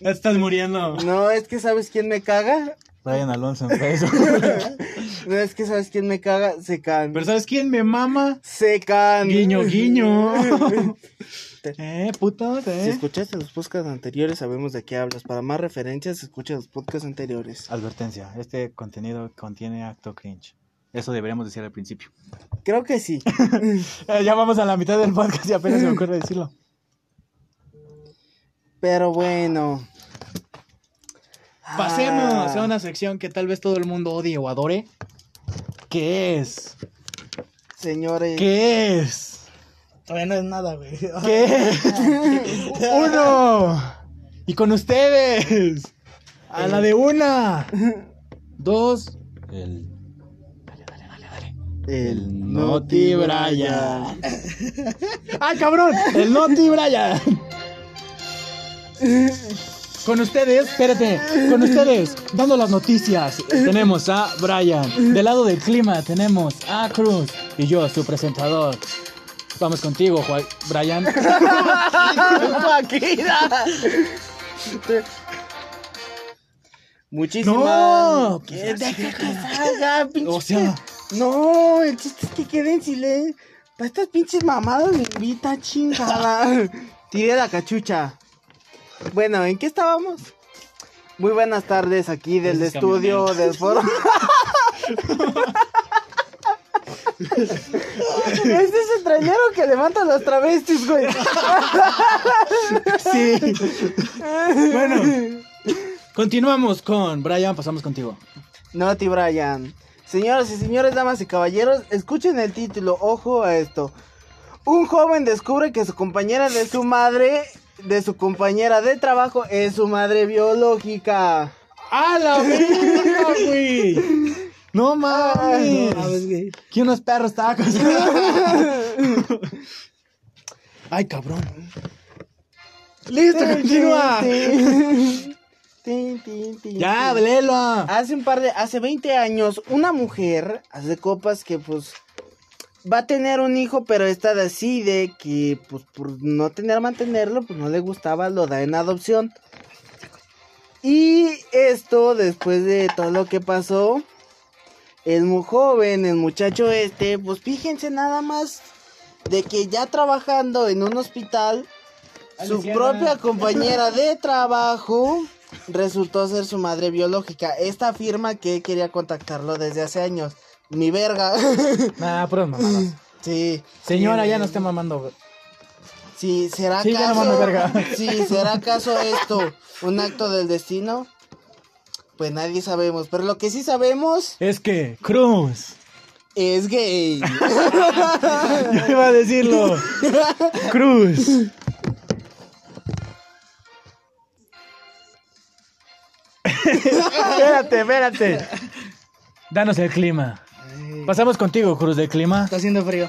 Ya estás muriendo.
No, es que ¿sabes quién me caga?
Brian Alonso en Facebook.
No, es que ¿sabes quién me caga? Secan.
Pero ¿sabes quién me mama?
Secan.
Guiño, guiño. eh, puto,
Si
eh.
escuchaste los podcasts anteriores, sabemos de qué hablas. Para más referencias, escucha los podcasts anteriores.
Advertencia, este contenido contiene acto cringe. Eso deberíamos decir al principio.
Creo que sí.
Eh, ya vamos a la mitad del podcast y apenas se me ocurre decirlo.
Pero bueno.
Pasemos a
Ah,
una sección que tal vez todo el mundo odie o adore. ¿Qué es?
Señores.
¿Qué es?
Todavía no es nada, güey.
¿Qué es? ¡Uno! Y con ustedes. A la de una. Dos. El. Dale, dale, dale, dale.
El
Noti Brian. ¡Ah, cabrón! El Noti Brian. Con ustedes, espérate, con ustedes, dando las noticias, tenemos a Brian. Del lado del clima tenemos a Cruz y yo, su presentador. Vamos contigo, Juan- Brian.
Paquita. Muchísimas.
No,
¿Qué?
pues,
Deja que salga, pinche.
O sea,
No, el chiste es que quede en silencio. Para estas pinches mamadas me invita, chingada. Tiré la cachucha. Bueno, ¿en qué estábamos? Muy buenas tardes aquí del
Esos
estudio del foro. Este es el trailero que levanta los travestis, güey.
sí. Bueno, continuamos con Brian, pasamos contigo.
Noti Brian. Señoras y señores, damas y caballeros, escuchen el título, ojo a esto. Un joven descubre que su compañera de su madre, de su compañera de trabajo, es su madre biológica.
¡A la verga, güey! ¡No mames!
No mames, güey.
¿Quién unos perros tacos? ¡Ay, cabrón! ¡Listo, continúa!
Tin, tin, tin,
¡Ya,
tin.
léelo!
Hace un par de, hace 20 años, una mujer hace copas que pues va a tener un hijo, pero esta decide que pues por no tener mantenerlo, pues no le gustaba, lo da en adopción. Y esto, después de todo lo que pasó, el muy joven, el muchacho este, pues fíjense nada más de que ya trabajando en un hospital, su
Luciana.
propia compañera de trabajo resultó ser su madre biológica. Esta afirma que quería contactarlo desde hace años. Mi verga.
Nah, Ah, puras mamadas.
sí.
Señora, ya no
está
esté mamando.
Sí, ¿será
Sí, ya no
acaso?
mames, verga.
Sí, ¿será acaso esto un acto del destino? Pues nadie sabemos, pero lo que sí sabemos
Es que, Cruz,
es gay.
Yo iba a decirlo. Cruz. espérate, espérate. Danos el clima. Pasamos contigo, Cruz del Clima.
Está haciendo frío.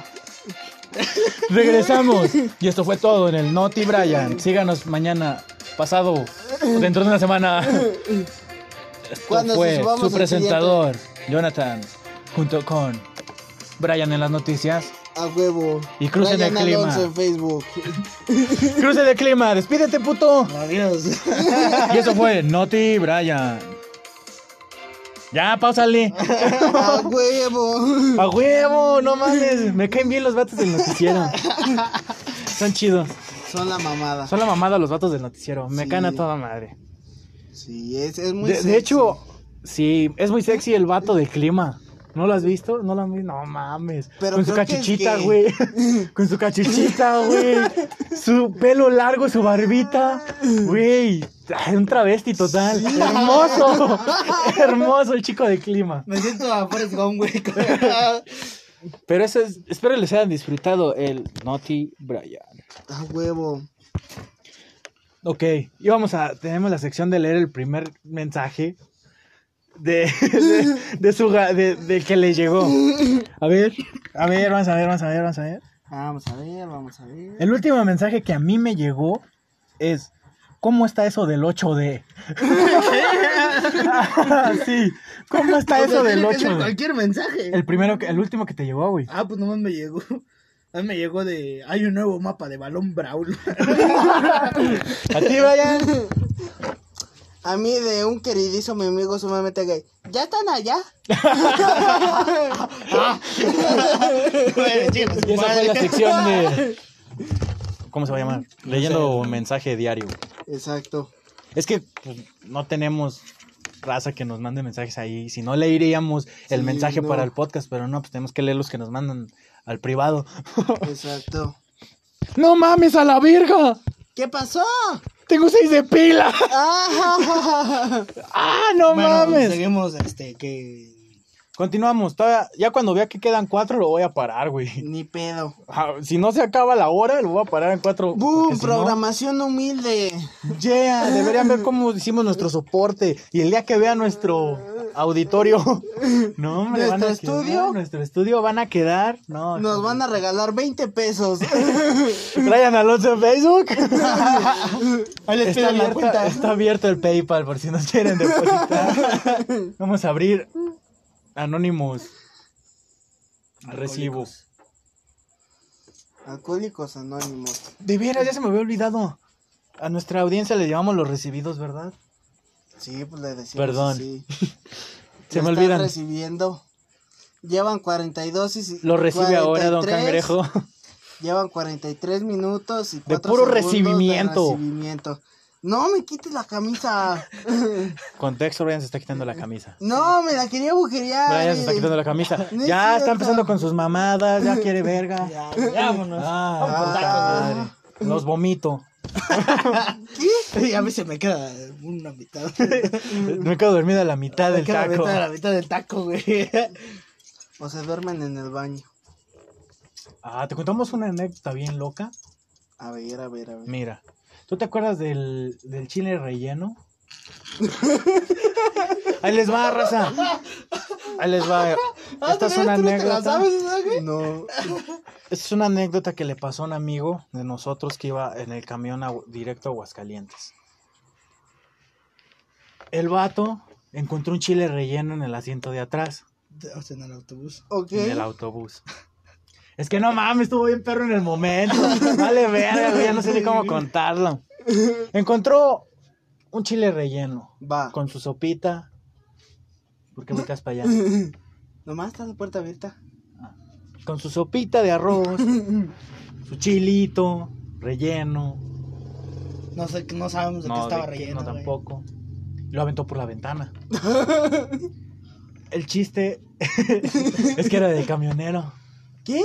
Regresamos. Y esto fue todo en el Noti Brian. Síganos mañana, pasado, o dentro de una semana. Esto
Cuando
fue
subamos
su
el
presentador, Jonathan, junto con Brian en las noticias
A huevo.
Y crucen
Brian
el clima.
Alonso en Facebook.
Cruce de clima, despídete, puto.
Adiós.
Y eso fue Noti Brian. Ya, pausale.
A huevo.
A huevo, no mames. Me caen bien los vatos del noticiero. Son chidos.
Son la mamada.
Son la mamada los vatos del noticiero. Me
Sí.
caen a toda madre.
Sí, es, es muy
De, de
sexy.
hecho, sí, es muy sexy el vato del clima. ¿No lo has visto? No lo han visto. No mames.
Pero
Con su
creo que es
cachichita,
gay.
güey. Con su cachichita, güey. Su pelo largo, su barbita. Güey. Ay, Un travesti total. Hermoso. Hermoso el chico de clima.
Me siento a Forrest Gump, güey.
Pero eso es. Espero les hayan disfrutado el Naughty Brian.
A huevo.
Ok, y vamos a, tenemos la sección de leer el primer mensaje de, de, de su, ga- de, del que le llegó. A ver, a ver, vamos a ver, vamos a ver, vamos a ver.
Vamos a ver, vamos a ver.
El último mensaje que a mí me llegó es, ¿cómo está eso del 8D? Ah, sí, ¿cómo está eso del
Tiene que ser
8D?
Cualquier mensaje.
El primero, que- el último que te llegó, güey.
Ah, pues nomás me llegó. A mí me llegó de. Hay un nuevo mapa de balón Brawl.
A ti, Brian.
A mí de un queridísimo amigo sumamente gay. ¿Ya están allá? Ah.
Bueno, chicos,
Y esa fue
madre.
la sección de... ¿Cómo se va a llamar? Leyendo un mensaje diario.
Exacto.
Es que pues, no tenemos raza que nos mande mensajes ahí. Si no, leeríamos el
Sí,
mensaje
no.
para el podcast, pero no, pues tenemos que leer los que nos mandan al privado.
Exacto.
¡No mames a la verga!
¿Qué pasó?
¡Tengo seis de pila!
Ah,
¡Ah, no
Bueno,
mames!
Seguimos, este, que.
Continuamos. todavía- ya cuando vea que quedan cuatro, lo voy a parar, güey.
Ni pedo.
Ah, Si no se acaba la hora, lo voy a parar en cuatro. porque
¡Boom!
si no-
Programación humilde.
Yeah, deberían ver cómo hicimos nuestro soporte. Y el día que vea nuestro auditorio, no, hombre, van a
¿Nuestro
quedar-
estudio?
nuestro estudio van a quedar. No,
Nos van a regalar 20 pesos.
Brian Alonso en Facebook.
Ahí les
Está
pido la
abierta-
cuenta.
está abierto el PayPal por si nos quieren depositar. Vamos a abrir Anónimos. Recibo.
Alcohólicos anónimos.
De veras, ya se me había olvidado. A nuestra audiencia le llamamos los recibidos, ¿verdad?
Sí, pues le decimos.
Perdón.
así.
Se
Lo
me
están
olvidan.
recibiendo. Llevan 42 y. si-
Lo recibe ahora don
43,
Cangrejo.
Llevan 43 minutos y
De
4
puro
segundos de
recibimiento.
recibimiento. No me quites la camisa.
Contexto, Brian se está quitando la camisa.
No, me la quería agujerear.
Brian se está quitando la camisa.
No es
Ya
cierto.
está empezando con sus mamadas, ya quiere verga.
Ya, vámonos.
Ah,
Ah.
puta madre. Los vomito.
Y a mí se me queda una mitad.
Mm.
Me quedo dormida a la mitad
Me
del
queda la
taco.
mitad, la mitad del taco, güey.
O se duermen en el baño.
Ah, te contamos una anécdota bien loca.
A ver, a ver, a ver.
Mira, ¿tú te acuerdas del, del chile relleno? Ahí les va, raza. Ahí les va. Esta es una
Ah, ¿Tú no te la
anécdota.
sabes, esa, güey? No.
Esta es una anécdota que le pasó a un amigo de nosotros que iba en el camión a- directo a Aguascalientes. El vato encontró un chile relleno en el asiento de atrás,
O sea, en el autobús.
Ok.
en el autobús. Es que no mames, estuvo bien perro en el momento. Vale, verga, güey, ya no sé ni cómo contarlo. Encontró un chile relleno
Va.
con su sopita. ¿Por qué me quedas para allá?
Nomás está la puerta abierta.
con su sopita de arroz, su chilito, relleno.
No sé, no sabemos de qué
No,
estaba
de que-
relleno.
no,
güey.
tampoco. Lo aventó por la ventana. El chiste es que era de camionero.
¿Qué?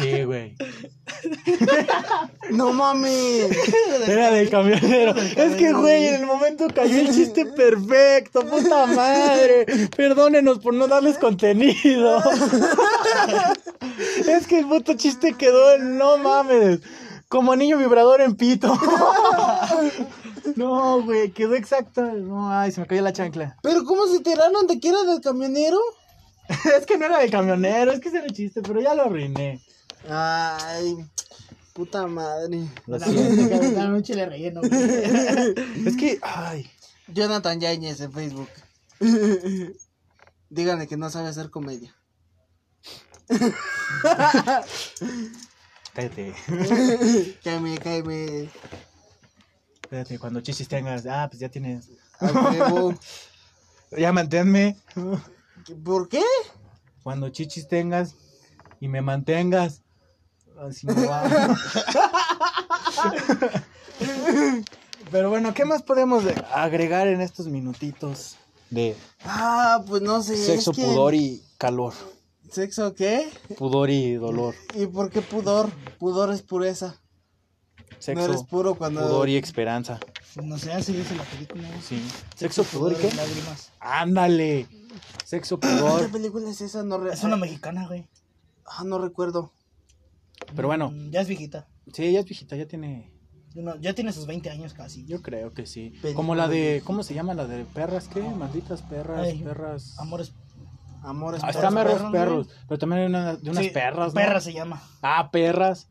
Sí, güey.
No mames.
Era del camionero. Es que, güey, en el momento cayó el chiste perfecto. Puta madre. Perdónenos por no darles contenido. Es que el puto chiste quedó en no mames. Como anillo vibrador en pito. No, güey, quedó exacto. No, ay, se me cayó la chancla.
Pero ¿cómo se tiraron de que era del camionero?
Es que no era del camionero, es que ese era el chiste, pero ya lo arruiné.
Ay, puta madre.
Lo
La
siento.
gente que aventaba un chile relleno, güey.
Es que, ay.
Jonathan Yañez en Facebook. Díganle que no sabe hacer comedia.
Cállate.
Cáeme, cáeme.
Espérate, cuando chichis tengas. Ah, pues ya tienes.
A huevo.
Ya manténme.
¿Por qué?
Cuando chichis tengas y me mantengas. Así me va. Pero bueno, ¿qué más podemos agregar en estos minutitos de
Ah, pues no sé. es
sexo,
que-
pudor y calor?
¿Sexo qué?
Pudor y dolor.
¿Y por qué pudor? Pudor es pureza. no eres
Sexo,
puro cuando.
pudor y esperanza.
No sé, así dice la película. güey.
Sí. Sexo, pudor y qué?
Lágrimas.
Ándale. Sexo,
¿Qué
pudor.
película es esa? No, re-
Es una mexicana, güey.
ah, no recuerdo.
Pero bueno.
Mm, Ya es viejita.
Sí, ella es viejita, ya tiene.
No, ya tiene sus 20 años casi.
Yo creo que sí.
Película
Como la de.
viejita.
¿Cómo se llama? La de perras, ¿qué? Malditas perras,
Ay,
perras.
Amores.
Amor es
Ah,
puro.
está
perros,
perros,
perros,
perros. Pero también hay una de unas
Sí,
perras, ¿no?
Perras se llama.
Ah, perras.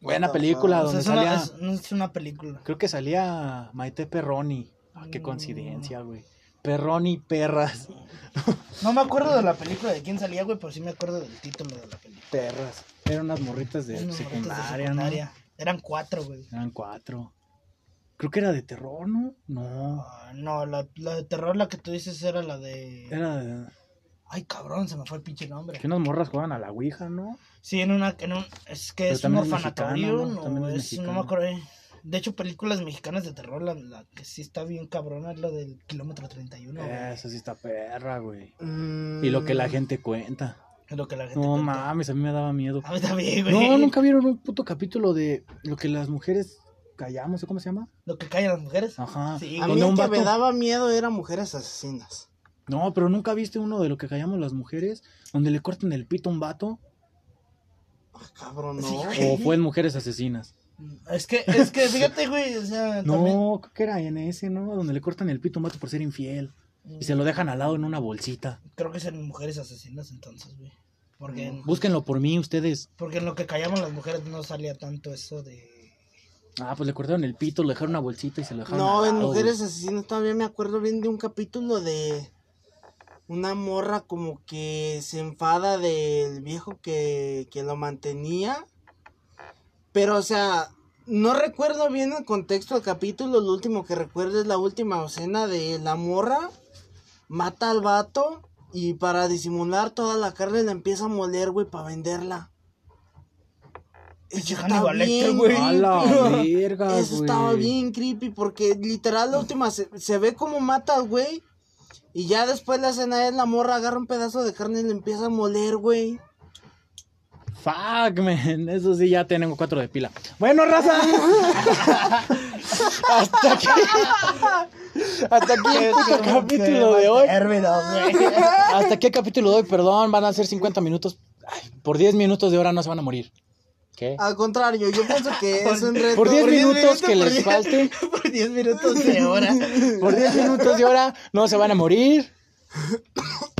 Buena
What the
película
fuck.
O sea,
donde
es, una,
salía.
es, no es una película.
Creo que salía Maite Perroni. Ah,
Mm.
qué coincidencia, güey. Perroni, perras.
No me acuerdo de la película de quién salía, güey, pero sí me acuerdo del título de la película.
Perras. Eran unas morritas de
Unos morritos de
secundaria, ¿no?
secundaria. Eran cuatro, güey.
Eran cuatro. Creo que era de terror, ¿no? No.
Ah, No, la, la de terror, la que tú dices, era la de.
Era de.
Ay, cabrón, se me fue el pinche nombre.
Que unas morras jugaban a la Ouija, ¿no?
Sí, en una. En un, es que
Pero
es un
también es mexicana,
orfanatorio,
¿no?
¿no?
También es
es- no me
mexicana.
acuerdo. eh. De hecho, películas mexicanas de terror, la, la que sí está bien cabrona es la del kilómetro 31. güey.
Esa sí está perra, güey.
Mm.
Y lo que la gente cuenta.
Es lo que la gente.
No
cuenta.
mames, a mí me daba miedo.
A mí también, güey.
No, nunca vieron un puto capítulo de lo que las mujeres callamos, ¿o ¿cómo se llama?
Lo que callan las mujeres.
Ajá.
Sí,
A
güey.
mí
Donde
el
un
que me
vato-
daba miedo eran mujeres asesinas.
No, pero nunca viste uno de lo que callamos las mujeres, donde le cortan el pito a un vato,
Ah, cabrón, no.
Sí, güey.
o fue en mujeres asesinas.
Es que, es que, fíjate, güey, o sea, también.
No, creo que era en ese, ¿no? Donde le cortan el pito a un vato por ser infiel y se lo dejan al lado en una bolsita.
Creo que son mujeres asesinas entonces, güey. Porque, en-
Búsquenlo por mí ustedes.
porque en lo que callamos las mujeres no salía tanto eso de...
Ah, pues le cortaron el pito, le dejaron una bolsita y se lo dejaron.
No,
al
en
lado,
Mujeres Asesinas todavía me acuerdo bien de un capítulo de una morra como que se enfada del viejo que, que lo mantenía. Pero, o sea, no recuerdo bien el contexto del capítulo. Lo último que recuerdo es la última escena de la morra. Mata al vato y para disimular toda la carne la empieza a moler, güey, para venderla.
Pinche
Eso está
Hannibal Lecter,
bien
güey.
güey. A la
creepy.
verga, güey.
Eso estaba bien creepy porque literal la última se, se ve como mata al güey. Y ya después la escena es la morra agarra un pedazo de carne y le empieza a moler, güey.
Fuck, man. Eso sí, ya tengo cuatro de pila. Bueno, raza. hasta aquí. Hasta aquí el
Este
puto capítulo de hoy. Hasta aquí el capítulo de hoy, perdón. Van a ser 50 minutos. Ay, por 10 minutos de hora no se van a morir. ¿Qué?
Al contrario, yo pienso que es un reto.
Por 10
por 10
minutos
minutos,
que
por
les
10.
falte.
Por 10 minutos de hora.
Por 10 minutos de hora no se van a morir.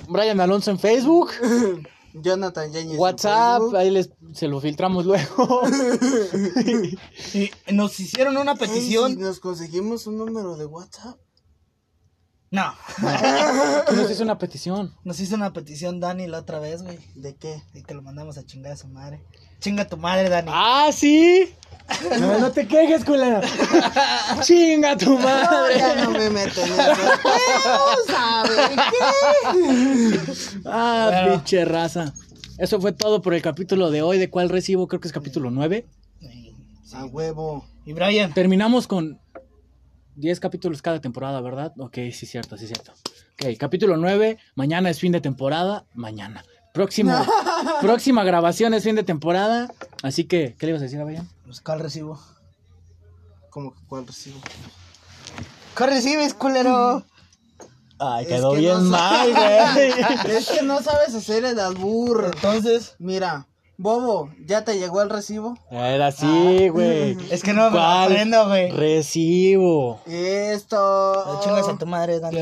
Brian Alonso en Facebook.
Jonathan Yañez. en
WhatsApp.
Facebook.
Ahí les, se lo filtramos luego.
Y nos hicieron una
Ey, si
petición.
nos conseguimos un número de WhatsApp.
No,
Tú nos hizo una petición.
nos hizo una petición Dani la otra vez, güey.
¿De qué?
Y que lo mandamos a chingar a su madre. Chinga tu madre, Dani.
¡Ah, sí! No, no te quejes, culero. ¡Chinga tu
No,
madre!
ya no me meto en eso. Pero, ¿sabe
¡Ah,
Bueno.
pinche raza! Eso fue todo por el capítulo de hoy. ¿De cuál recibo? Creo que es capítulo 9.
Y-
qué? A huevo.
Y Brian,
Terminamos con 10 capítulos cada temporada, ¿verdad? Ok, sí, cierto, sí, cierto. Ok, capítulo 9. Mañana es fin de temporada. Mañana. Próximo, próxima grabación es fin de temporada. Así que, ¿qué le ibas a decir a Brian?
Buscar pues, recibo.
Como que cuál recibo. ¿Cuál recibes, culero?
Ay,
Es
quedó
que
bien
no sé.
mal, güey.
es que no sabes hacer el albur.
Entonces,
Mira, Bobo, ¿ya te llegó el recibo?
Era así, güey.
Ah.
es que no me lo
¿Cuál?
aprendo, güey.
Recibo.
Esto.
Chingas a tu madre, Dani.